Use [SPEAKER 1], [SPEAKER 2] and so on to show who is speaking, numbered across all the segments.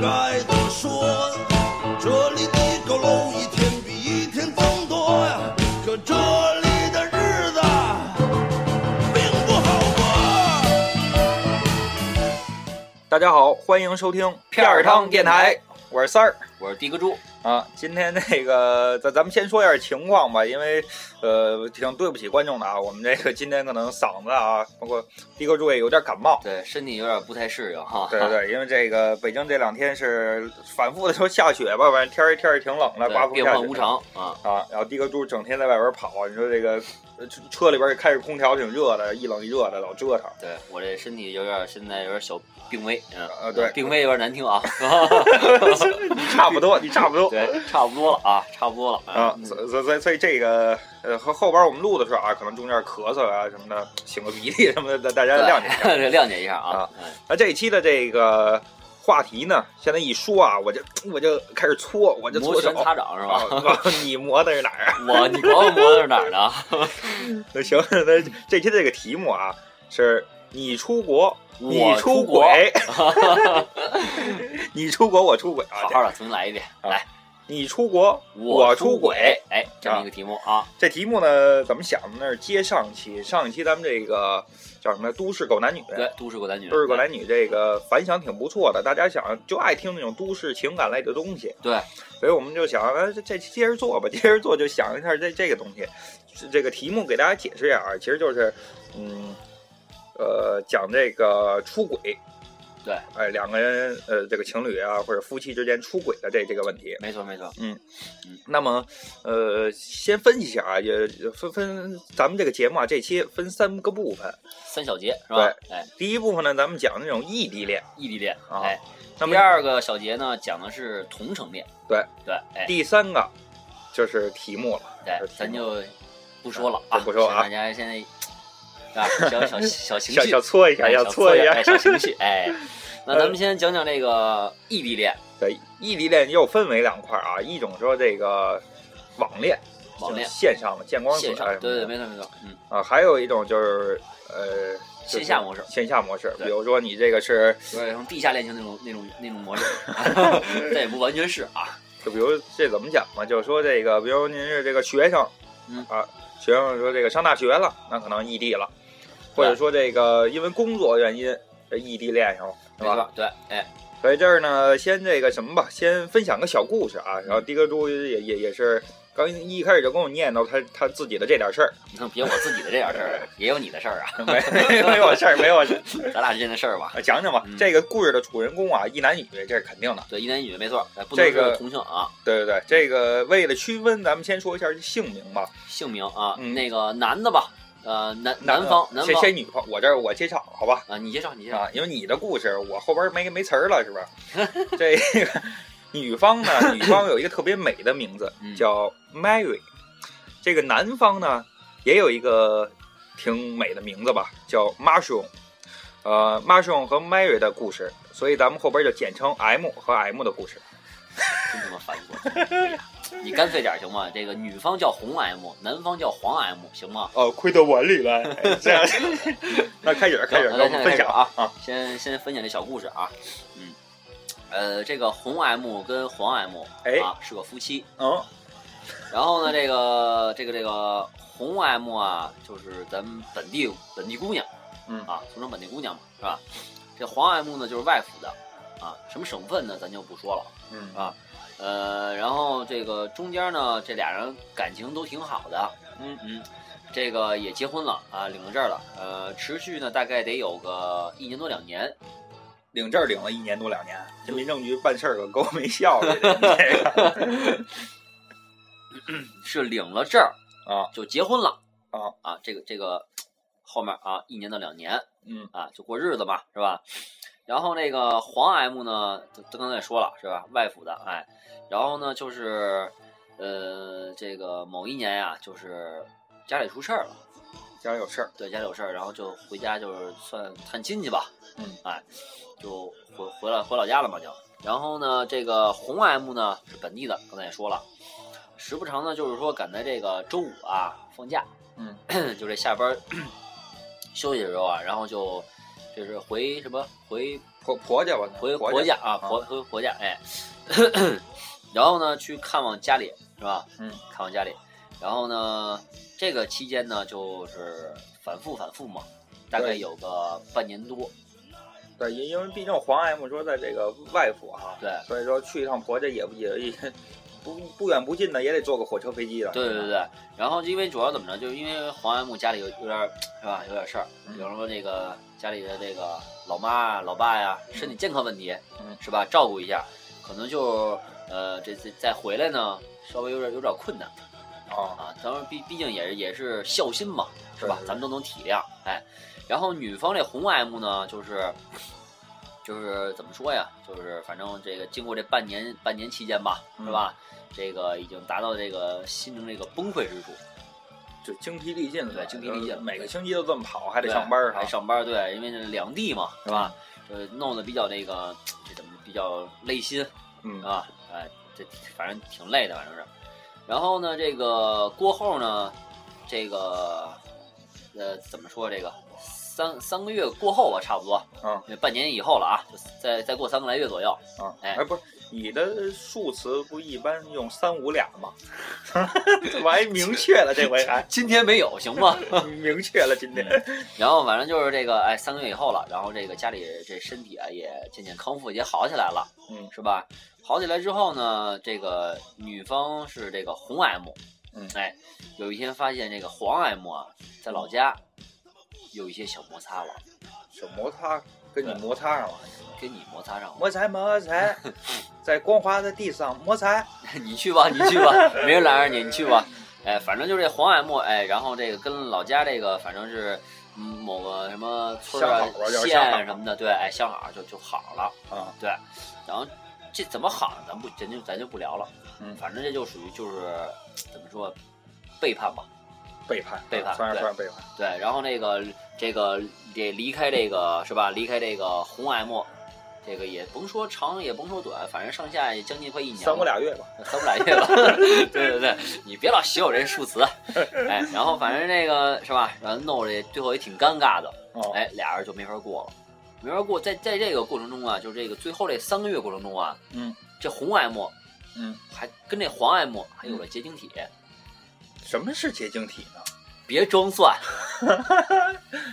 [SPEAKER 1] 该都说，这里的佝偻一天比一天增多呀，可这里的日子并不好过。
[SPEAKER 2] 大家好，欢迎收听片儿汤电台，我是三儿
[SPEAKER 3] 我是迪个猪，
[SPEAKER 2] 啊。今天那个，咱咱们先说一下情况吧，因为呃，挺对不起观众的啊。我们这个今天可能嗓子啊，包括迪哥诸位有点感冒。
[SPEAKER 3] 对，身体有点不太适应哈。
[SPEAKER 2] 对对对，因为这个北京这两天是反复的说下雪吧，反正天儿天儿也挺冷的，刮
[SPEAKER 3] 对，
[SPEAKER 2] 风
[SPEAKER 3] 变
[SPEAKER 2] 下
[SPEAKER 3] 幻
[SPEAKER 2] 雪
[SPEAKER 3] 无常啊。
[SPEAKER 2] 啊。然后迪哥猪整天在外边跑，你说这个呃车车里边也开着空调，挺热的，一冷一热的，老折腾。
[SPEAKER 3] 对我这身体有点，现在有点小病危，嗯，
[SPEAKER 2] 啊对
[SPEAKER 3] 病危有点难 听啊。
[SPEAKER 2] 你 差不多，你 差不多。
[SPEAKER 3] 对，差不多了啊，差不多了
[SPEAKER 2] 啊，所所所以所以这个呃和后边我们录的时候啊，可能中间咳嗽啊什么的，擤个鼻涕什么的，大大家谅解一下。
[SPEAKER 3] 解谅解一下啊
[SPEAKER 2] 啊。
[SPEAKER 3] 嗯
[SPEAKER 2] 那这一期的这个话题呢，现在一说啊，我就我就开始搓，我就搓
[SPEAKER 3] 摩
[SPEAKER 2] 手
[SPEAKER 3] 拳。擦掌是
[SPEAKER 2] 啊
[SPEAKER 3] 吧？，
[SPEAKER 2] 你磨的是哪儿啊？
[SPEAKER 3] 我你管我摸的是哪儿呢？
[SPEAKER 2] 那行，那这期的这个题目啊，是你出国，你
[SPEAKER 3] 我出国
[SPEAKER 2] 轨， 你出国我出轨啊
[SPEAKER 3] 好，好的，重新来一遍，
[SPEAKER 2] 啊
[SPEAKER 3] 来，
[SPEAKER 2] 你出国
[SPEAKER 3] 我
[SPEAKER 2] 出
[SPEAKER 3] 轨，哎，这么一个题目啊，
[SPEAKER 2] 这题目呢，怎么想呢？是接上期，上一期咱们这个叫什么？都市狗男女。
[SPEAKER 3] 对，都市狗男女，
[SPEAKER 2] 都市狗男女这个反响挺不错的，大家想就爱听那种都市情感类的东西。
[SPEAKER 3] 对，
[SPEAKER 2] 所以我们就想，呃，这这接着做吧， 接着做就想一下这这个东西，是这个题目给大家解释一下啊，其实就是，嗯，呃，讲这个出轨。
[SPEAKER 3] 对，
[SPEAKER 2] 哎，两个人，呃，这个情侣啊，或者夫妻之间出轨的这这个问题，
[SPEAKER 3] 没错没错，
[SPEAKER 2] 那么，呃，先分析一下啊，也也分分咱们这个节目啊，这期分三个部分。
[SPEAKER 3] 三小节是吧？哎，
[SPEAKER 2] 第一部分呢，咱们讲那种异地恋；
[SPEAKER 3] 异地恋，
[SPEAKER 2] 啊
[SPEAKER 3] 哎，
[SPEAKER 2] 那么
[SPEAKER 3] 第二个小节呢，讲的是同城恋，
[SPEAKER 2] 对
[SPEAKER 3] 对，哎，
[SPEAKER 2] 第三个就是题目了。
[SPEAKER 3] 对，咱就不说了啊，
[SPEAKER 2] 就不说了啊
[SPEAKER 3] 大家现在啊，小小小情
[SPEAKER 2] 想
[SPEAKER 3] 绪
[SPEAKER 2] 想，搓一下，
[SPEAKER 3] 哎
[SPEAKER 2] 要
[SPEAKER 3] 小
[SPEAKER 2] 搓一
[SPEAKER 3] 一
[SPEAKER 2] 下。
[SPEAKER 3] 哎小情绪，哎，那咱们先讲讲这个异地恋、
[SPEAKER 2] 对，异地恋又分为两块啊，一种说这个网恋，
[SPEAKER 3] 网恋
[SPEAKER 2] 就是、线上的见光死
[SPEAKER 3] 线
[SPEAKER 2] 啊
[SPEAKER 3] 上
[SPEAKER 2] 什么，的
[SPEAKER 3] 对对，没错没错，嗯，
[SPEAKER 2] 啊，还有一种就是呃就是
[SPEAKER 3] 线下模式
[SPEAKER 2] 线下模式，比
[SPEAKER 3] 对
[SPEAKER 2] 如说你这个是，
[SPEAKER 3] 有点像地下恋情那种那种那种 模式，但也不完全是啊，
[SPEAKER 2] 就比如这怎么讲嘛，就是说这个，比如您是这个学生，
[SPEAKER 3] 嗯
[SPEAKER 2] 啊，学生说这个上大学了，那可能异地了，或者说这个因为工作原因这异地恋上了，是
[SPEAKER 3] 没
[SPEAKER 2] 吧？
[SPEAKER 3] 错，对，哎，
[SPEAKER 2] 所以这儿呢，先这个什么吧，先分享个小故事啊。
[SPEAKER 3] 嗯
[SPEAKER 2] 然后迪哥猪也也也是刚一开始就跟我念叨他他自己的这点事 儿，
[SPEAKER 3] 你看别我自己的这点事儿，也有你的事儿啊，
[SPEAKER 2] 没没我事儿，没我事儿，
[SPEAKER 3] 咱俩之间的事儿吧。
[SPEAKER 2] 讲讲吧。
[SPEAKER 3] 嗯
[SPEAKER 2] 这个故事的主人公啊，一男一女，这是肯定的。
[SPEAKER 3] 对，一男一女没错，哎不能
[SPEAKER 2] 这个
[SPEAKER 3] 是同性啊，
[SPEAKER 2] 对对对，这个为了区分，咱们先说一下姓名吧。
[SPEAKER 3] 姓名啊，
[SPEAKER 2] 嗯
[SPEAKER 3] 那个男的吧，呃，男
[SPEAKER 2] 的
[SPEAKER 3] 方男
[SPEAKER 2] 谁
[SPEAKER 3] 方
[SPEAKER 2] 谁女方？我这儿我介绍，好吧？
[SPEAKER 3] 啊，你介绍你介绍，
[SPEAKER 2] 啊，因为你的故事我后边没没词儿了，是吧？ 这个女方呢，女方有一个特别美的名字
[SPEAKER 3] 嗯
[SPEAKER 2] 叫 Mary，这个男方呢也有一个挺美的名字吧，叫 Mushroom。呃，Mushroom 和 Mary 的故事，所以咱们后边就简称 M 和 M 的故事。
[SPEAKER 3] 真他妈烦死我！啊你干脆点儿行吗？这个女方叫红 M，男方叫黄 M，行吗？
[SPEAKER 2] 哦，亏到碗里了，哎这样。 那开始开始，
[SPEAKER 3] 行
[SPEAKER 2] 跟我们分享啊啊！
[SPEAKER 3] 先先分享这小故事啊，嗯，呃，这个红 M 跟黄 M
[SPEAKER 2] 哎
[SPEAKER 3] 啊是个夫妻，
[SPEAKER 2] 嗯，
[SPEAKER 3] 然后呢，这个这个这个红 M 啊，就是咱们本地本地姑娘，
[SPEAKER 2] 嗯
[SPEAKER 3] 啊，俗称本地姑娘嘛，是吧？这黄 M 呢就是外府的，啊，什么省份呢，咱就不说了。
[SPEAKER 2] 嗯
[SPEAKER 3] 呃，然后这个中间呢，这俩人感情都挺好的，
[SPEAKER 2] 嗯
[SPEAKER 3] 嗯，这个也结婚了啊，领了证了，呃，持续呢大概得有个一年多两年，
[SPEAKER 2] 领证领了一年多两年，这民政局办事儿可够没效率的。你这 个
[SPEAKER 3] 是领了证儿
[SPEAKER 2] 啊
[SPEAKER 3] 就结婚了
[SPEAKER 2] 啊
[SPEAKER 3] 啊，这个这个后面啊一年到两年
[SPEAKER 2] 嗯，
[SPEAKER 3] 啊就过日子嘛，是吧？然后那个黄 M 呢，就就刚才也说了是吧，外府的哎，然后呢就是呃这个某一年呀、就是家里出事儿了。
[SPEAKER 2] 家里有事儿，
[SPEAKER 3] 对家里有事儿，然后就回家就是算探亲戚吧，
[SPEAKER 2] 嗯，
[SPEAKER 3] 哎，就回回来回老家了嘛就。然后呢，这个红 M 呢是本地的，刚才也说了，时不常呢就是说赶在这个周五啊放假，
[SPEAKER 2] 嗯，
[SPEAKER 3] 就 这下班儿休息的时候啊，然后就这是回什么回
[SPEAKER 2] 婆婆家吧，
[SPEAKER 3] 回
[SPEAKER 2] 婆
[SPEAKER 3] 婆家啊，婆回婆家，哎，然后呢去看望家里是吧？
[SPEAKER 2] 嗯，
[SPEAKER 3] 看望家里，然后呢这个期间呢就是反复反复嘛，大概
[SPEAKER 2] 对
[SPEAKER 3] 有个半年多，
[SPEAKER 2] 对，因因为毕竟黄 M 说在这个外府啊，
[SPEAKER 3] 对
[SPEAKER 2] 所以说去一趟婆家也不也也不不远不近的，也得坐个火车飞机的。
[SPEAKER 3] 对对对对，然后因为主要怎么着，就是因为黄安木家里有有点儿是吧，有点事儿，
[SPEAKER 2] 嗯
[SPEAKER 3] 比如说这个家里的这个老妈啊、老爸呀，身体健康问题，
[SPEAKER 2] 嗯
[SPEAKER 3] 是吧？照顾一下，可能就呃这次再回来呢，稍微有点有点困难
[SPEAKER 2] 啊，
[SPEAKER 3] 啊。当然毕毕竟也是也是孝心嘛，是吧
[SPEAKER 2] 对？对对
[SPEAKER 3] 咱们都能体谅，哎。然后女方这红 M 呢，就是就是怎么说呀？就是反正这个经过这半年半年期间吧，是吧？
[SPEAKER 2] 嗯
[SPEAKER 3] 这个已经达到这个心灵这个崩溃之处，
[SPEAKER 2] 就精疲力尽了，
[SPEAKER 3] 对精疲力尽了
[SPEAKER 2] 每个星期都这么跑，还得
[SPEAKER 3] 对
[SPEAKER 2] 上班儿啊嗯
[SPEAKER 3] 还
[SPEAKER 2] 哈。
[SPEAKER 3] 上班儿，对，因为这两地嘛，是吧？呃，弄得比较那个，这怎么比较累心
[SPEAKER 2] 嗯，
[SPEAKER 3] 啊？哎，这反正挺累的，反正是。然后呢，这个过后呢，这个呃，怎么说这个三三个月过后吧，差不多，
[SPEAKER 2] 嗯，
[SPEAKER 3] 半年以后了啊，就再再过三个来月左右，
[SPEAKER 2] 啊，
[SPEAKER 3] 哎
[SPEAKER 2] 哎，不是，你的数词不一般用三五俩吗？ 我还明确了，这回 还
[SPEAKER 3] 今天没有行吗？
[SPEAKER 2] 明确了今天。
[SPEAKER 3] 然后反正就是这个，哎，三个月以后了，然后这个家里这身体啊也渐渐康复，也好起来了，
[SPEAKER 2] 嗯
[SPEAKER 3] 是吧？好起来之后呢，这个女方是这个红 M，
[SPEAKER 2] 嗯
[SPEAKER 3] 哎，有一天发现这个黄 M 啊，在老家有一些小摩擦了，
[SPEAKER 2] 小摩擦跟你
[SPEAKER 3] 对
[SPEAKER 2] 摩擦上了，
[SPEAKER 3] 跟你摩擦上了，
[SPEAKER 2] 摩擦摩擦，在光滑的地上摩擦。
[SPEAKER 3] 你去吧，你去吧，没人拦着你，你去吧。哎，反正就是这黄 M，哎，然后这个跟老家这个反正是。嗯，某个什么村儿啊
[SPEAKER 2] 相好吧就是相好
[SPEAKER 3] 县什么的，对，哎，相好就就好了。
[SPEAKER 2] 啊，
[SPEAKER 3] 对，然后这怎么好咱不咱就咱就不聊了，
[SPEAKER 2] 嗯
[SPEAKER 3] 反正这就属于就是怎么说背叛吧，
[SPEAKER 2] 背叛，
[SPEAKER 3] 背叛
[SPEAKER 2] 算是
[SPEAKER 3] 对
[SPEAKER 2] 算是背叛。
[SPEAKER 3] 对，然后那个这个这离开这个是吧？离开这个红 M，这个也甭说长也甭说短，反正上下也将近快一年了，
[SPEAKER 2] 三五俩月吧。
[SPEAKER 3] 三不俩月吧。 对对对，你别老学我这数词，哎，然后反正那个是吧？然后弄得最后也挺尴尬的，
[SPEAKER 2] 哦，
[SPEAKER 3] 哎，俩人就没法过了，没法过。在在这个过程中啊，就是这个最后这三个月过程中啊，
[SPEAKER 2] 嗯，
[SPEAKER 3] 这红 M，
[SPEAKER 2] 嗯，
[SPEAKER 3] 还跟这黄 M 还有了结晶体，
[SPEAKER 2] 什么是结晶体呢？
[SPEAKER 3] 别装蒜，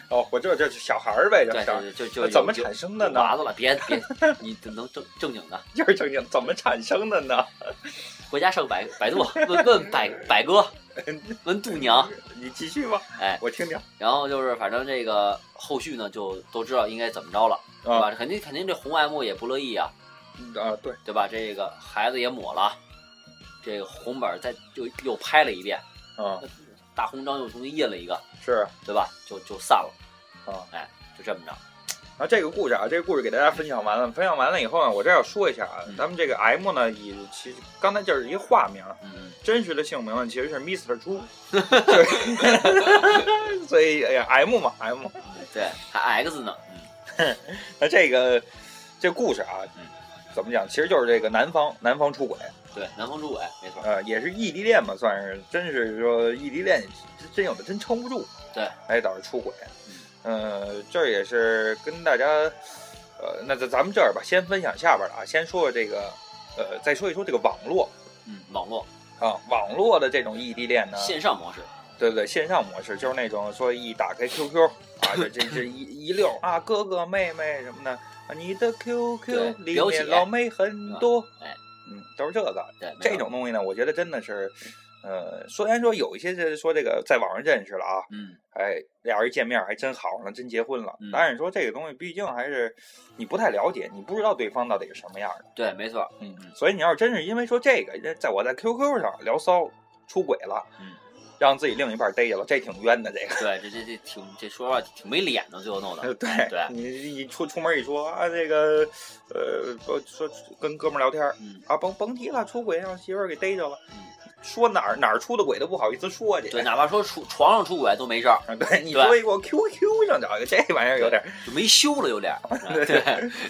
[SPEAKER 2] 哦，我这这小孩儿呗，这
[SPEAKER 3] 对，
[SPEAKER 2] 是。
[SPEAKER 3] 就就就
[SPEAKER 2] 那
[SPEAKER 3] 就
[SPEAKER 2] 怎么产生的
[SPEAKER 3] 有娃
[SPEAKER 2] 呢？
[SPEAKER 3] 子了，别 别，你能正正经的，
[SPEAKER 2] 就是正经怎么产生的呢？
[SPEAKER 3] 回家上百百度问问百百哥， 问度娘，
[SPEAKER 2] 你继续吧，
[SPEAKER 3] 哎，
[SPEAKER 2] 我听啊听。
[SPEAKER 3] 然后就是反正这个后续呢，就都知道应该怎么着了，对吧？
[SPEAKER 2] 啊
[SPEAKER 3] 肯定肯定这红 M 也不乐意啊，
[SPEAKER 2] 啊，对，
[SPEAKER 3] 对吧？这个孩子也抹了，啊这个红本儿再又又拍了一遍，
[SPEAKER 2] 啊，
[SPEAKER 3] 大红章又重新印了一个，
[SPEAKER 2] 是。
[SPEAKER 3] 对吧？就就散了，
[SPEAKER 2] 啊，
[SPEAKER 3] 哎，就这么着，
[SPEAKER 2] 然后这个故事啊，这个故事给大家分享完了，分享完了以后呢，我这儿要说一下啊
[SPEAKER 3] 嗯，
[SPEAKER 2] 咱们这个 M 呢，以其实刚才就是一化名，
[SPEAKER 3] 嗯，
[SPEAKER 2] 真实的姓名呢其实是 Mr. 猪，就是所以哎呀 M 嘛 M，
[SPEAKER 3] 嗯对，还 X 呢，嗯。
[SPEAKER 2] 那这个这故事啊
[SPEAKER 3] 嗯，
[SPEAKER 2] 怎么讲？其实就是这个男方男方出轨，
[SPEAKER 3] 对，南方猪尾，没错，
[SPEAKER 2] 呃，也是异地恋嘛，算是，真是说异地恋，真真有的真撑不住，
[SPEAKER 3] 对，嗯
[SPEAKER 2] 哎，导致出轨。呃，这儿也是跟大家，呃，那咱咱们这儿吧，先分享下边儿的啊，先说说这个，呃，再说一说这个网络
[SPEAKER 3] 嗯，网络
[SPEAKER 2] 啊，网络的这种异地恋呢，
[SPEAKER 3] 线上模式，
[SPEAKER 2] 对对，线上模式就是那种说一打开 QQ 啊，这这这一一溜儿啊，哥哥妹妹什么的，啊，你的
[SPEAKER 3] 对
[SPEAKER 2] QQ 里
[SPEAKER 3] 表姐
[SPEAKER 2] 面老妹很多，
[SPEAKER 3] 哎，
[SPEAKER 2] 嗯，都是这个。
[SPEAKER 3] 对，没
[SPEAKER 2] 这
[SPEAKER 3] 错
[SPEAKER 2] 种，东西呢，我觉得真的是，呃，虽然说有一些是说这个在网上认识了啊，
[SPEAKER 3] 嗯，
[SPEAKER 2] 哎，俩人见面还真好呢，真结婚了
[SPEAKER 3] 嗯。
[SPEAKER 2] 但是说这个东西毕竟还是你不太了解，你不知道对方到底是什么样的，
[SPEAKER 3] 对，没错，
[SPEAKER 2] 嗯
[SPEAKER 3] 嗯
[SPEAKER 2] 所以你要是真是因为说这个，在我在 QQ 上聊骚出轨了，
[SPEAKER 3] 嗯，
[SPEAKER 2] 让自己另一半逮着了，这挺冤的这个。
[SPEAKER 3] 对，这这这挺这说实话挺没脸的，最后弄 的，
[SPEAKER 2] 呃对
[SPEAKER 3] 哎对，
[SPEAKER 2] 你你出出门一说啊，这个呃，说说跟哥们儿聊天儿
[SPEAKER 3] 嗯，
[SPEAKER 2] 啊，甭甭提了，出轨让媳妇儿给逮着了，
[SPEAKER 3] 嗯
[SPEAKER 2] 说哪儿哪儿出的轨都不好意思说去。
[SPEAKER 3] 对，哪怕说出床上出轨都没事儿，
[SPEAKER 2] 啊，对你
[SPEAKER 3] 对
[SPEAKER 2] 说一个 QQ 上找一个，这玩意儿有点儿。
[SPEAKER 3] 就没羞了，有点儿，
[SPEAKER 2] 对
[SPEAKER 3] 对，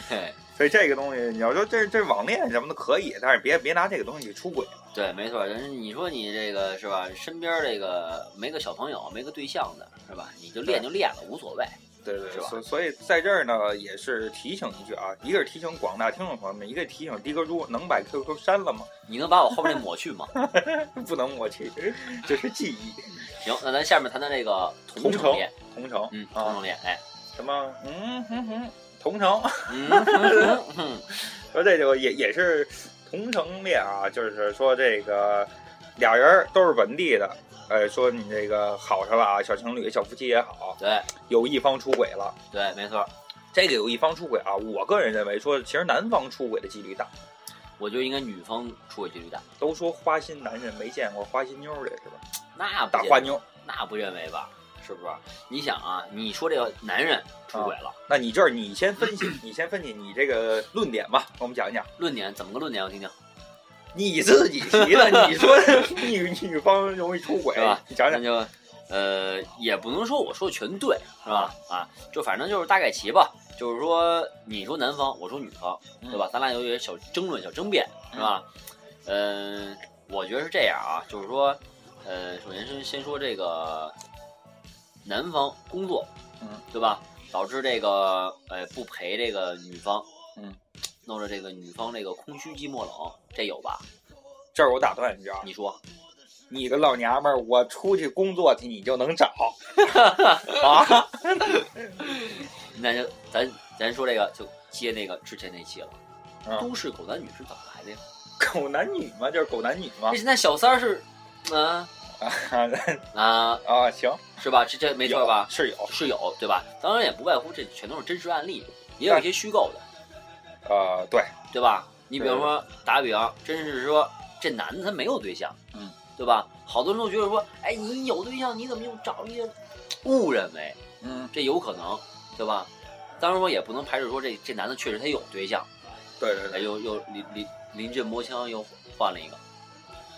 [SPEAKER 3] 嘿
[SPEAKER 2] 所以这个东西，你要说这这网恋什么的可以，但是别别拿这个东西去出轨了。
[SPEAKER 3] 对，没错，人家你说你这个是吧？身边这个没个小朋友，没个对象的是吧？你就练就练了，无所谓，
[SPEAKER 2] 对对，
[SPEAKER 3] 是吧
[SPEAKER 2] 所所以在这儿呢，也是提醒一句啊，一个是提醒广大听众朋友们，一个提醒的哥，如果能把 QQ 删了吗？
[SPEAKER 3] 你能把我后面那抹去吗？
[SPEAKER 2] 不能，我去， 这是记忆。
[SPEAKER 3] 行，那咱下面谈谈这个同
[SPEAKER 2] 同城
[SPEAKER 3] 恋，
[SPEAKER 2] 同城，
[SPEAKER 3] 嗯，同
[SPEAKER 2] 啊
[SPEAKER 3] 城，恋，哎，
[SPEAKER 2] 什么，嗯哼哼，同城，
[SPEAKER 3] 嗯哼哼哼
[SPEAKER 2] 说这就也也是同城恋啊，就是说这个俩人都是本地的，呃，说你这个好上了啊，小情侣、小夫妻也好，
[SPEAKER 3] 对
[SPEAKER 2] 有一方出轨了，
[SPEAKER 3] 对，没错，
[SPEAKER 2] 这个有一方出轨啊，我个人认为说，其实男方出轨的几率大。
[SPEAKER 3] 我觉得应该女方出轨几率大，
[SPEAKER 2] 都说花心男人没见过花心妞儿的是吧？
[SPEAKER 3] 那不
[SPEAKER 2] 大
[SPEAKER 3] 见
[SPEAKER 2] 花
[SPEAKER 3] 得
[SPEAKER 2] 妞，
[SPEAKER 3] 那不认为吧？是不是？你想啊，你说这个男人
[SPEAKER 2] 啊
[SPEAKER 3] 出轨了，
[SPEAKER 2] 那你这儿你先分析，
[SPEAKER 3] 嗯
[SPEAKER 2] 你先分析你这个论点吧，跟我们讲一讲。
[SPEAKER 3] 论点怎么个论点？我听听，
[SPEAKER 2] 你自己提的，你说 女女方容易出轨
[SPEAKER 3] 是吧，
[SPEAKER 2] 你讲
[SPEAKER 3] 那
[SPEAKER 2] 讲。
[SPEAKER 3] 就呃，也不能说我说的全对，是吧？啊，就反正就是大概齐吧。就是说，你说男方，我说女方，
[SPEAKER 2] 嗯
[SPEAKER 3] 对吧？咱俩有点小争论、小争辩，是吧？嗯、我觉得是这样啊，就是说，呃，首先是先说这个男方工作，
[SPEAKER 2] 嗯，
[SPEAKER 3] 对吧？导致这个呃不陪这个女方，
[SPEAKER 2] 嗯，
[SPEAKER 3] 弄得这个女方这个空虚寂寞冷，这有吧？
[SPEAKER 2] 这儿我打断一句啊，
[SPEAKER 3] 你说
[SPEAKER 2] 你个老娘们儿，我出去工作去，你就能找 啊？
[SPEAKER 3] 那就咱咱说这个，就接那个之前那期了。
[SPEAKER 2] 嗯啊
[SPEAKER 3] 都市狗男女是怎么来的呀？
[SPEAKER 2] 狗男女嘛，就是狗男女嘛
[SPEAKER 3] 这。现在小三儿是，嗯、啊，
[SPEAKER 2] 啊，行，
[SPEAKER 3] 是吧？这这没错
[SPEAKER 2] 有
[SPEAKER 3] 吧？
[SPEAKER 2] 是有，
[SPEAKER 3] 是有对吧？当然也不外乎这全都是真实案例，也有一些虚构的，
[SPEAKER 2] 呃，对，
[SPEAKER 3] 对吧？你比方说打比方，真是说这男的他没有对象，
[SPEAKER 2] 嗯，
[SPEAKER 3] 对吧？好多人都觉得说，哎，你有对象，你怎么又找一个？误认为
[SPEAKER 2] 嗯，
[SPEAKER 3] 这有可能，对吧？当然我也不能排除说这这男的确实他有对象，
[SPEAKER 2] 对对
[SPEAKER 3] 哎，
[SPEAKER 2] 对，
[SPEAKER 3] 又又临临临阵磨枪又换了一个，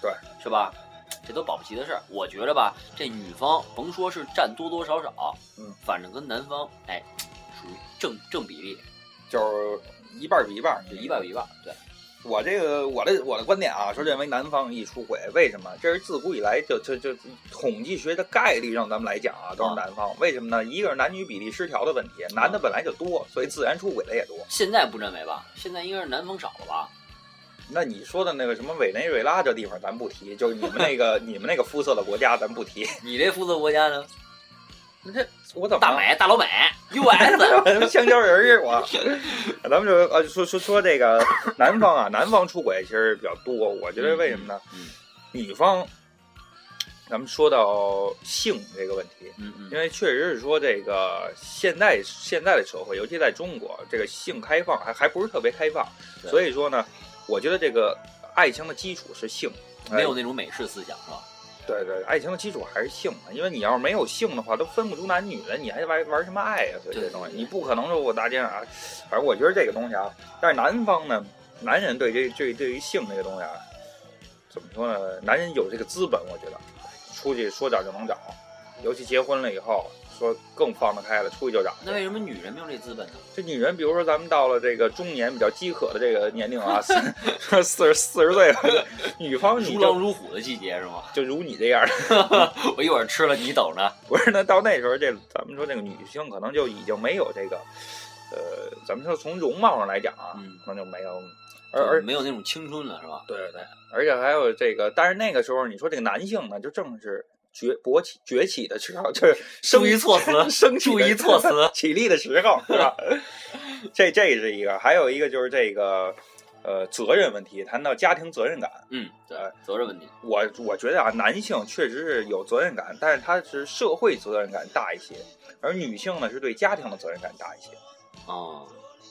[SPEAKER 2] 对，
[SPEAKER 3] 是吧？这都保不齐的事儿。我觉着吧，这女方甭说是占多多少少，
[SPEAKER 2] 嗯，
[SPEAKER 3] 反正跟男方哎，属于正正比例，
[SPEAKER 2] 就是一半儿比一半儿，
[SPEAKER 3] 就一半儿比一半儿。对，
[SPEAKER 2] 我这个我的我的观点啊，说认为南方易出轨，为什么？这是自古以来就就就统计学的概率上咱们来讲啊，都是南方。为什么呢？一个是男女比例失调的问
[SPEAKER 3] 啊
[SPEAKER 2] 题，男的本来就多，所以自然出轨的也多。
[SPEAKER 3] 现在不认为吧？现在应该是男方少了吧？
[SPEAKER 2] 那你说的那个什么委内瑞拉这地方咱不提，就是你们那个 你们那个肤色的国家咱不提。
[SPEAKER 3] 你这负责国家呢？
[SPEAKER 2] 你这我怎么
[SPEAKER 3] 大美大老美 US，
[SPEAKER 2] 香蕉人儿，我， 咱们就呃说说说这个南方啊，南方出轨其实比较多，我觉得为什么呢？
[SPEAKER 3] 嗯
[SPEAKER 2] 女方，咱们说到性这个问题，
[SPEAKER 3] 嗯嗯
[SPEAKER 2] 因为确实是说这个现在现在的社会，尤其在中国，这个性开放还还不是特别开放，
[SPEAKER 3] 对
[SPEAKER 2] 所以说呢，我觉得这个爱情的基础是性，
[SPEAKER 3] 嗯，没有那种美式思想是吧？
[SPEAKER 2] 对对，爱情的基础还是性嘛，因为你要是没有性的话，都分不出男女了，你还玩玩什么爱呀、啊所以
[SPEAKER 3] 对
[SPEAKER 2] 这东西
[SPEAKER 3] 对对
[SPEAKER 2] 你不可能说我大街上啊，反正我觉得这个东西啊，但是男方呢，男人对这这对于性这个东西啊，怎么说呢？男人有这个资本，我觉得出去说找就能找，尤其结婚了以后，说更放得开了，出去就找。
[SPEAKER 3] 那为什么女人没有这资本呢？
[SPEAKER 2] 这女人，比如说咱们到了这个中年比较饥渴的这个年龄啊，四 说四十四十岁了，女方你
[SPEAKER 3] 如
[SPEAKER 2] 就
[SPEAKER 3] 狼如虎的季节是吗？
[SPEAKER 2] 就如你这样。
[SPEAKER 3] 我一会儿吃了你等着。
[SPEAKER 2] 不是，那到那时候这咱们说这个女性可能就已经没有这个，呃，咱们说从容貌上来讲啊，
[SPEAKER 3] 嗯
[SPEAKER 2] 可能就没有，而
[SPEAKER 3] 就
[SPEAKER 2] 而
[SPEAKER 3] 没有那种青春了，是吧？
[SPEAKER 2] 对对对，而且还有这个，但是那个时候你说这个男性呢，就正是崛勃起崛起的时候，就是生
[SPEAKER 3] 注意措辞
[SPEAKER 2] 生起的
[SPEAKER 3] 注意措辞
[SPEAKER 2] 起立的时候，是吧？ 这这是一个，还有一个就是这个。呃，责任问题，谈到家庭责任感，
[SPEAKER 3] 嗯，对
[SPEAKER 2] 哎，
[SPEAKER 3] 责任问题。
[SPEAKER 2] 我我觉得啊，男性确实是有责任感，但是他是社会责任感大一些，而女性呢是对家庭的责任感大一些。啊
[SPEAKER 3] 哦，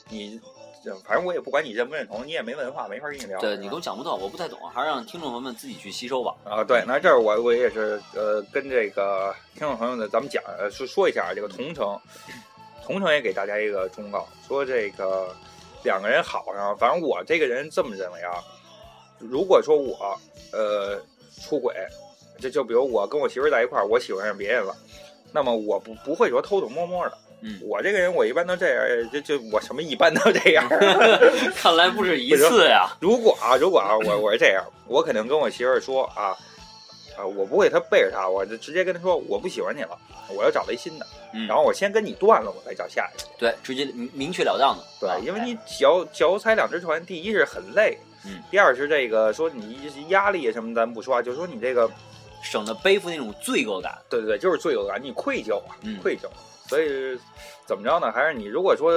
[SPEAKER 2] 你这反正我也不管你认不认同，你也没文化，没法跟你聊。
[SPEAKER 3] 对
[SPEAKER 2] 是吧
[SPEAKER 3] 你给我讲不到，我不太懂，还是让听众朋友们自己去 吸收吧。
[SPEAKER 2] 啊，对，那这儿我我也是呃，跟这个听众朋友呢，咱们讲呃说说一下这个同城，同城也给大家一个忠告，说这个两个人好上，反正我这个人这么认为啊，如果说我呃出轨，就就比如我跟我媳妇儿在一块儿，我喜欢上别人了，那么我不不会说偷偷摸摸的，
[SPEAKER 3] 嗯，
[SPEAKER 2] 我这个人我一般都这样，就就我什么一般都这样。
[SPEAKER 3] 看来不止一次呀。
[SPEAKER 2] 如果啊，如果啊，我我是这样，我肯定跟我媳妇儿说啊，啊，我不会，他背着他，我就直接跟他说我不喜欢你了，我要找了一新的，
[SPEAKER 3] 嗯
[SPEAKER 2] 然后我先跟你断了，我再找下一个。
[SPEAKER 3] 对，直接明明确了当的，啊
[SPEAKER 2] 对，因为
[SPEAKER 3] 哎
[SPEAKER 2] 你脚脚踩两只船，第一是很累，
[SPEAKER 3] 嗯
[SPEAKER 2] 第二是这个说你压力什么咱不说啊，就说你这个，
[SPEAKER 3] 省得背负那种罪恶感，
[SPEAKER 2] 对对对，就是罪恶感，你愧疚啊，
[SPEAKER 3] 嗯
[SPEAKER 2] 愧疚。所以怎么着呢？还是你如果说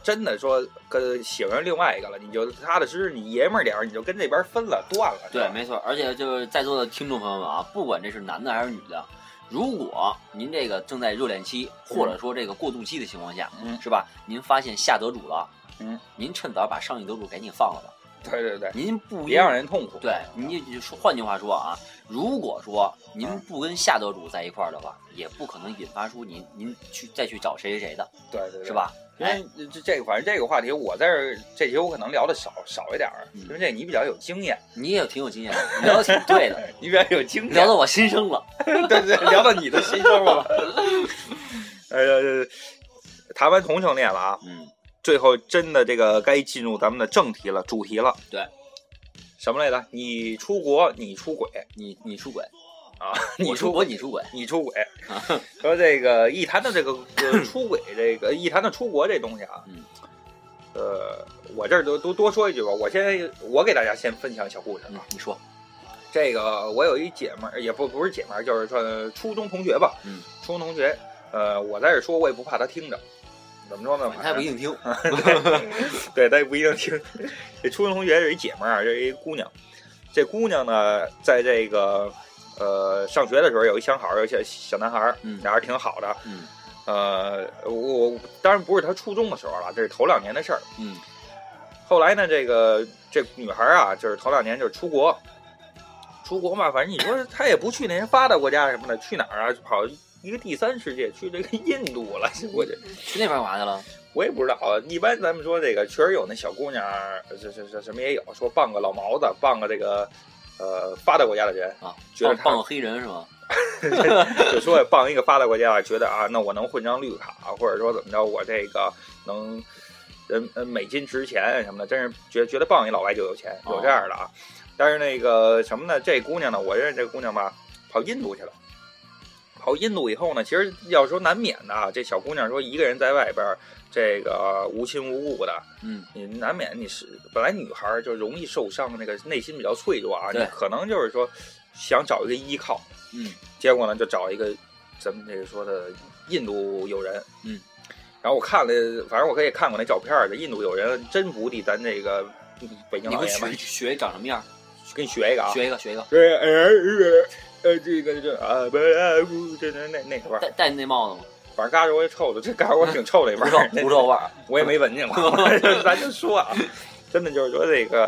[SPEAKER 2] 真的说跟喜欢上另外一个了，你就踏踏实实，你爷们儿点儿，你就跟这边分了，断了。是
[SPEAKER 3] 对，
[SPEAKER 2] 吧
[SPEAKER 3] 没错。而且就是在座的听众朋友们啊，不管这是男的还是女的，如果您这个正在热恋期或者说这个过渡期的情况下，
[SPEAKER 2] 嗯
[SPEAKER 3] 是吧？您发现下得主了，
[SPEAKER 2] 嗯，
[SPEAKER 3] 您趁早把上一得主赶紧放了吧。
[SPEAKER 2] 对对对，
[SPEAKER 3] 您不
[SPEAKER 2] 别
[SPEAKER 3] 应
[SPEAKER 2] 让人痛苦。
[SPEAKER 3] 对，嗯您就就说，换句话说啊，如果说您不跟下得主在一块儿的话，也不可能引发出您您去再去找谁谁谁的，
[SPEAKER 2] 对对对，
[SPEAKER 3] 是？吧？
[SPEAKER 2] 因
[SPEAKER 3] 哎，
[SPEAKER 2] 为这这个，反正这个话题，我在这儿这节我可能聊的少少一点儿，
[SPEAKER 3] 嗯
[SPEAKER 2] 因为这你比较有经验，
[SPEAKER 3] 你也挺有经验的，你聊的挺对的，
[SPEAKER 2] 你比较有经验，
[SPEAKER 3] 聊到我心声了。
[SPEAKER 2] 对对，聊到你的心声了吧。 呃，谈完同性恋了啊，
[SPEAKER 3] 嗯，
[SPEAKER 2] 最后真的这个该进入咱们的正题了，主题了。
[SPEAKER 3] 对，
[SPEAKER 2] 什么来着？你出国，你出轨
[SPEAKER 3] 你你出轨，
[SPEAKER 2] 啊？
[SPEAKER 3] 我
[SPEAKER 2] 你
[SPEAKER 3] 出
[SPEAKER 2] 出
[SPEAKER 3] 国，你出轨，
[SPEAKER 2] 你出轨。说这个一谈到这个呃出轨，这个一谈到出国这东西啊，
[SPEAKER 3] 嗯
[SPEAKER 2] 呃，我这儿都都多说一句吧，我先我给大家先分享小故事啊。
[SPEAKER 3] 嗯，你说，
[SPEAKER 2] 这个我有一姐们儿，也不不是姐们儿，就是说初中同学吧。
[SPEAKER 3] 嗯，
[SPEAKER 2] 初中同学，呃，我在这说，我也不怕他听着。怎么说呢？
[SPEAKER 3] 哎他也不一定听。
[SPEAKER 2] 对，他也不一定听。 这初中同学是一姐们儿啊，这是一姑娘。这姑娘呢，在这个呃上学的时候，有一相好，有一小小男孩儿
[SPEAKER 3] 嗯，
[SPEAKER 2] 俩人挺好的。
[SPEAKER 3] 嗯
[SPEAKER 2] 呃，我我当然不是他初中的时候了，这是头两年的事儿。
[SPEAKER 3] 嗯
[SPEAKER 2] 后来呢，这个这女孩啊，就是头两年就是出国，出国嘛，反正你说她也不去那些发达国家什么的，去哪儿啊？跑一个第三世界，去这个印度了，我这
[SPEAKER 3] 去那边干嘛去了？
[SPEAKER 2] 我也不知道啊。一般咱们说这个，确实有那小姑娘，呃这这这什么也有，说傍个老毛子，傍个这个呃发达国家的人，
[SPEAKER 3] 啊，
[SPEAKER 2] 觉得
[SPEAKER 3] 傍
[SPEAKER 2] 他
[SPEAKER 3] 傍个黑人是吗？
[SPEAKER 2] 就说傍一个发达国家，觉得啊，那我能混张绿卡，啊或者说怎么着，我这个能，人呃美金值钱什么的，真是觉觉得傍一老外就有钱，有这样的啊。但是那个什么呢，这姑娘呢，我认识这姑娘吧，跑印度去了。跑印度以后呢，其实要说难免的啊，这小姑娘说一个人在外边儿，这个无亲无故的，
[SPEAKER 3] 嗯，
[SPEAKER 2] 你难免你是本来女孩儿就容易受伤，那个内心比较脆弱啊，你
[SPEAKER 3] 对
[SPEAKER 2] 可能就是说想找一个依靠，
[SPEAKER 3] 嗯，
[SPEAKER 2] 结果呢就找一个咱们这个说的印度友人，
[SPEAKER 3] 嗯，
[SPEAKER 2] 然后我看了，反正我可以看过那照片儿，这印度友人真不敌咱这个北京
[SPEAKER 3] 你
[SPEAKER 2] 老
[SPEAKER 3] 会
[SPEAKER 2] 爷们儿，
[SPEAKER 3] 学学长什么样？
[SPEAKER 2] 给你学一个啊，
[SPEAKER 3] 学一个，学一个，
[SPEAKER 2] 对，呃呃呃，这个这啊不啊不，这那那那个味儿，
[SPEAKER 3] 戴戴那帽子吗？
[SPEAKER 2] 反正嘎着我也臭的，这嘎着我挺臭的一味
[SPEAKER 3] 狐臭
[SPEAKER 2] 儿，
[SPEAKER 3] 狐臭味儿。
[SPEAKER 2] 我也没闻见
[SPEAKER 3] 啊
[SPEAKER 2] 过，咱就说 啊，真的就是说这个，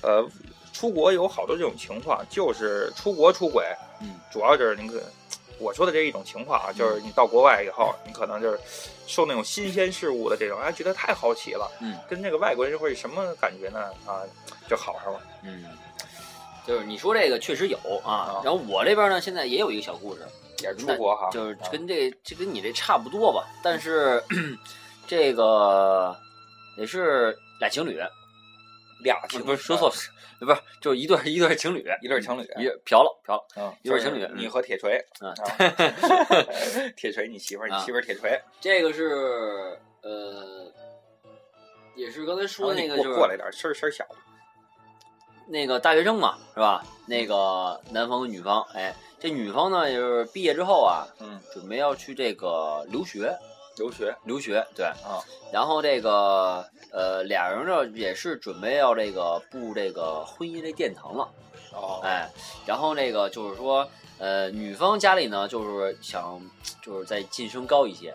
[SPEAKER 2] 呃，出国有好多这种情况，就是出国出轨，
[SPEAKER 3] 嗯，
[SPEAKER 2] 主要就是您可，我说的这一种情况啊，就是你到国外以后，你可能就是受那种新鲜事物的这种，哎，觉得太好奇了，
[SPEAKER 3] 嗯，
[SPEAKER 2] 跟这个外国人会什么感觉呢？啊，就好上了，
[SPEAKER 3] 嗯，就是你说这个确实有啊
[SPEAKER 2] 啊。
[SPEAKER 3] 然后我这边呢，现在也有一个小故事，
[SPEAKER 2] 也是出国哈，
[SPEAKER 3] 就是
[SPEAKER 2] 啊
[SPEAKER 3] 跟这这跟你这差不多吧，但是 这个也是俩情侣，
[SPEAKER 2] 俩
[SPEAKER 3] 不
[SPEAKER 2] 情
[SPEAKER 3] 是不是说错了， 不是就是一对儿一对儿情侣，
[SPEAKER 2] 一对儿情侣
[SPEAKER 3] 一嫖了嫖了。
[SPEAKER 2] 啊，
[SPEAKER 3] 一对儿情侣
[SPEAKER 2] 就是你和铁锤，
[SPEAKER 3] 嗯
[SPEAKER 2] 啊 铁锤你媳妇儿，你
[SPEAKER 3] 啊
[SPEAKER 2] 媳妇儿铁锤，
[SPEAKER 3] 这个是呃，也是刚才说那个
[SPEAKER 2] 然后你
[SPEAKER 3] 就
[SPEAKER 2] 过
[SPEAKER 3] 是
[SPEAKER 2] 过来点儿，声儿声儿小。
[SPEAKER 3] 那个大学生嘛，是吧？那个男方跟女方，哎，这女方呢也是毕业之后啊，
[SPEAKER 2] 嗯，
[SPEAKER 3] 准备要去这个留学，
[SPEAKER 2] 留学
[SPEAKER 3] 留学，对
[SPEAKER 2] 啊。
[SPEAKER 3] 然后这个呃，俩人呢也是准备要这个步入这个婚姻这殿堂了，
[SPEAKER 2] 哦
[SPEAKER 3] 哎。然后那个就是说，呃，女方家里呢就是想就是再晋升高一些，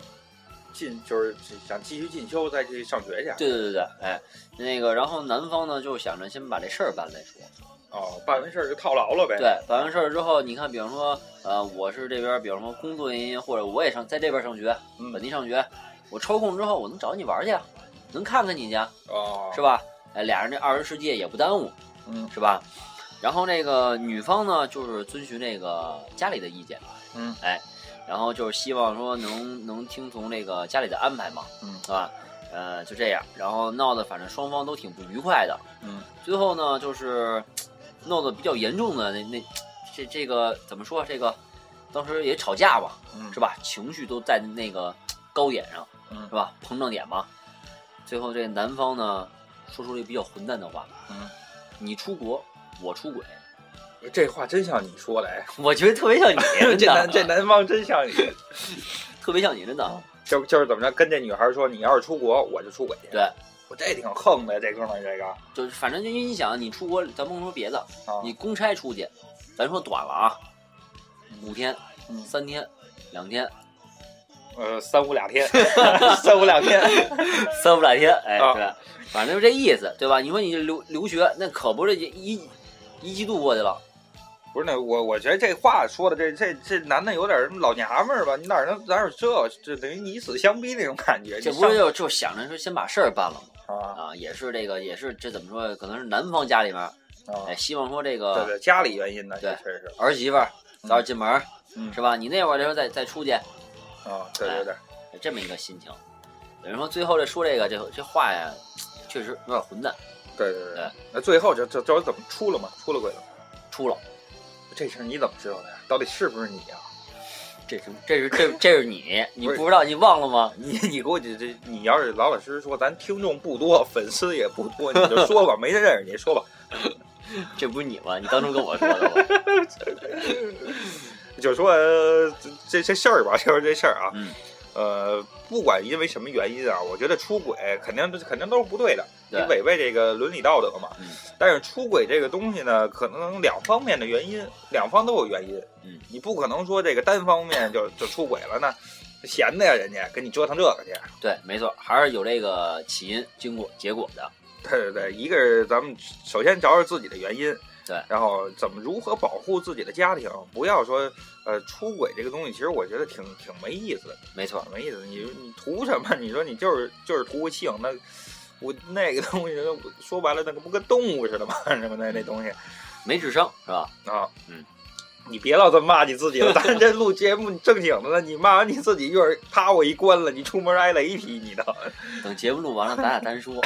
[SPEAKER 2] 进就是想继续进修，再去上学去。
[SPEAKER 3] 对对对对，哎，那个然后男方呢就想着先把这事儿办再说，
[SPEAKER 2] 哦，办完事儿就套牢了呗。
[SPEAKER 3] 对，办完事儿之后，你看，比方说，呃，我是这边，比方说工作原因，或者我也上在这边上学，
[SPEAKER 2] 嗯
[SPEAKER 3] 本地上学，我抽空之后我能找你玩儿去啊，能看看你去啊，
[SPEAKER 2] 哦，
[SPEAKER 3] 是？吧？哎，俩人这二人世界也不耽误，
[SPEAKER 2] 嗯
[SPEAKER 3] 是吧？然后那个女方呢，就是遵循这个家里的意见，
[SPEAKER 2] 嗯，
[SPEAKER 3] 哎，然后就是希望说能能听从这个家里的安排嘛，
[SPEAKER 2] 嗯
[SPEAKER 3] 是吧？呃，就这样，然后闹得反正双方都挺不愉快的，
[SPEAKER 2] 嗯
[SPEAKER 3] 最后呢，就是闹得比较严重的那那这这个怎么说？这个当时也吵架吧，
[SPEAKER 2] 嗯
[SPEAKER 3] 是吧？情绪都在那个高点上，
[SPEAKER 2] 嗯
[SPEAKER 3] 是吧？膨胀点嘛。最后这男方呢，说出了一个比较混蛋的话：
[SPEAKER 2] 嗯，
[SPEAKER 3] 你出国，我出轨。
[SPEAKER 2] 这话真像你说的，哎，
[SPEAKER 3] 我觉得特别像你，
[SPEAKER 2] 这
[SPEAKER 3] 真的啊
[SPEAKER 2] 南这嗯南方真像你，
[SPEAKER 3] 特别像你，真的。
[SPEAKER 2] 就就是怎么着，跟这女孩说，你要是出国，我就出轨去。
[SPEAKER 3] 对，
[SPEAKER 2] 我这挺横的，这哥们儿这个啊，
[SPEAKER 3] 就是反正就因为你想，你出国，咱甭说别的，
[SPEAKER 2] 嗯
[SPEAKER 3] 你公差出去，咱说短了啊，五天、
[SPEAKER 2] 嗯
[SPEAKER 3] 三天、两天、
[SPEAKER 2] 呃三五两天， 三五两天，
[SPEAKER 3] 三五两天，哎，
[SPEAKER 2] 啊
[SPEAKER 3] 对，反正就这意思，对吧？你说你留留学，那可不是一一一季度过去了，
[SPEAKER 2] 不是那我我觉得这话说的这这这男的有点老娘们儿吧，你哪能哪有这这等于以死相逼那种感觉？
[SPEAKER 3] 这
[SPEAKER 2] 你
[SPEAKER 3] 不是
[SPEAKER 2] 上
[SPEAKER 3] 就就想着说先把事儿办了吗？
[SPEAKER 2] 啊
[SPEAKER 3] 啊，也是这个，也是这怎么说？可能是男方家里面，
[SPEAKER 2] 啊
[SPEAKER 3] 哎，，希望说这
[SPEAKER 2] 对
[SPEAKER 3] 个
[SPEAKER 2] 对，家里原因呢，
[SPEAKER 3] 对
[SPEAKER 2] 这确实是
[SPEAKER 3] 儿媳妇儿早点进门儿，
[SPEAKER 2] 嗯
[SPEAKER 3] 是吧？你那会儿的时候再再出去，
[SPEAKER 2] 啊，对
[SPEAKER 3] 哎
[SPEAKER 2] 对对，
[SPEAKER 3] 这么一个心情。有人说最后这说这个这这话呀，确实有点混蛋，
[SPEAKER 2] 对对对
[SPEAKER 3] 哎。
[SPEAKER 2] 那最后这这这怎么出了嘛？出了轨了？
[SPEAKER 3] 出了，
[SPEAKER 2] 这事儿你怎么知道的呀？到底是不是你啊呀？
[SPEAKER 3] 这是这是这这 是你，你
[SPEAKER 2] 不是
[SPEAKER 3] 不知道你忘了吗？
[SPEAKER 2] 你你给我这这，你要是老老实实说，咱听众不多，粉丝也不多，你 就说吧，没人认识你说吧，
[SPEAKER 3] 这不是你吗？你当初跟我说的 吗？
[SPEAKER 2] 就说、呃这这这事儿吧， 就是这事儿啊，
[SPEAKER 3] 嗯，
[SPEAKER 2] 呃，不管因为什么原因啊，我觉得出轨肯定肯定都是不对的，你
[SPEAKER 3] 对，
[SPEAKER 2] 违背这个伦理道德嘛。
[SPEAKER 3] 嗯
[SPEAKER 2] 但是出轨这个东西呢，可能两方面的原因，两方都有原因，
[SPEAKER 3] 嗯，
[SPEAKER 2] 你不可能说这个单方面就就出轨了那闲的呀，人家跟你折腾这个去。
[SPEAKER 3] 对，没错，还是有这个起因、经过、结果的。
[SPEAKER 2] 对对对，一个是咱们首先找找自己的原因，
[SPEAKER 3] 对
[SPEAKER 2] 然后怎么如何保护自己的家庭，不要说呃出轨这个东西，其实我觉得挺挺没意思的，
[SPEAKER 3] 没错，
[SPEAKER 2] 没意思。你你图什么？你说你就是就是图个性，那我那个东西，我说白了，那个不跟动物似的吗？什么的那东西
[SPEAKER 3] 没智商是吧？
[SPEAKER 2] 啊，
[SPEAKER 3] 嗯。
[SPEAKER 2] 你别老这么骂你自己了，咱这录节目你正经的呢，你骂完你自己，一会儿啪我一关了，你出门挨雷劈，你的。
[SPEAKER 3] 等节目录完了，咱俩单说。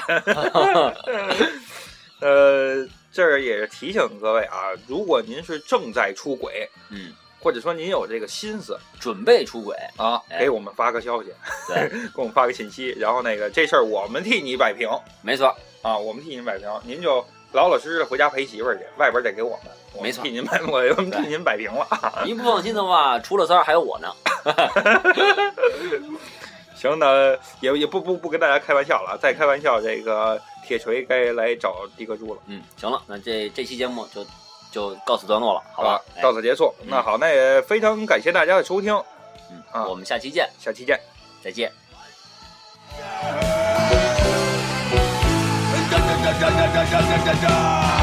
[SPEAKER 2] 呃，这儿也是提醒各位啊，如果您是正在出轨，
[SPEAKER 3] 嗯，
[SPEAKER 2] 或者说您有这个心思
[SPEAKER 3] 准备出轨，
[SPEAKER 2] 啊，
[SPEAKER 3] 哎
[SPEAKER 2] 给我们发个消息，
[SPEAKER 3] 对
[SPEAKER 2] 给我们发个信息，然后那个这事儿我们替你摆平
[SPEAKER 3] 没错，
[SPEAKER 2] 啊，我们替您摆平，您就老老实实的回家陪媳妇儿去，外边儿得给我们，我
[SPEAKER 3] 没
[SPEAKER 2] 们
[SPEAKER 3] 错
[SPEAKER 2] 替您摆， 我我们替您摆平了。
[SPEAKER 3] 您不放心的话，除了三儿还有我呢。
[SPEAKER 2] 行，那也也不不不跟大家开玩笑了啊，再开玩笑，这个铁锤该来找迪克猪了。
[SPEAKER 3] 嗯，行了，那这这期节目就就告此段落了，好
[SPEAKER 2] 好
[SPEAKER 3] 吧
[SPEAKER 2] 吧？，
[SPEAKER 3] 哎
[SPEAKER 2] 啊到此结束。那好，那也非常感谢大家的收听，
[SPEAKER 3] 嗯
[SPEAKER 2] 啊，
[SPEAKER 3] 我们下期见，
[SPEAKER 2] 下期见。
[SPEAKER 3] 再见。
[SPEAKER 1] 喳喳喳喳喳喳喳喳喳喳。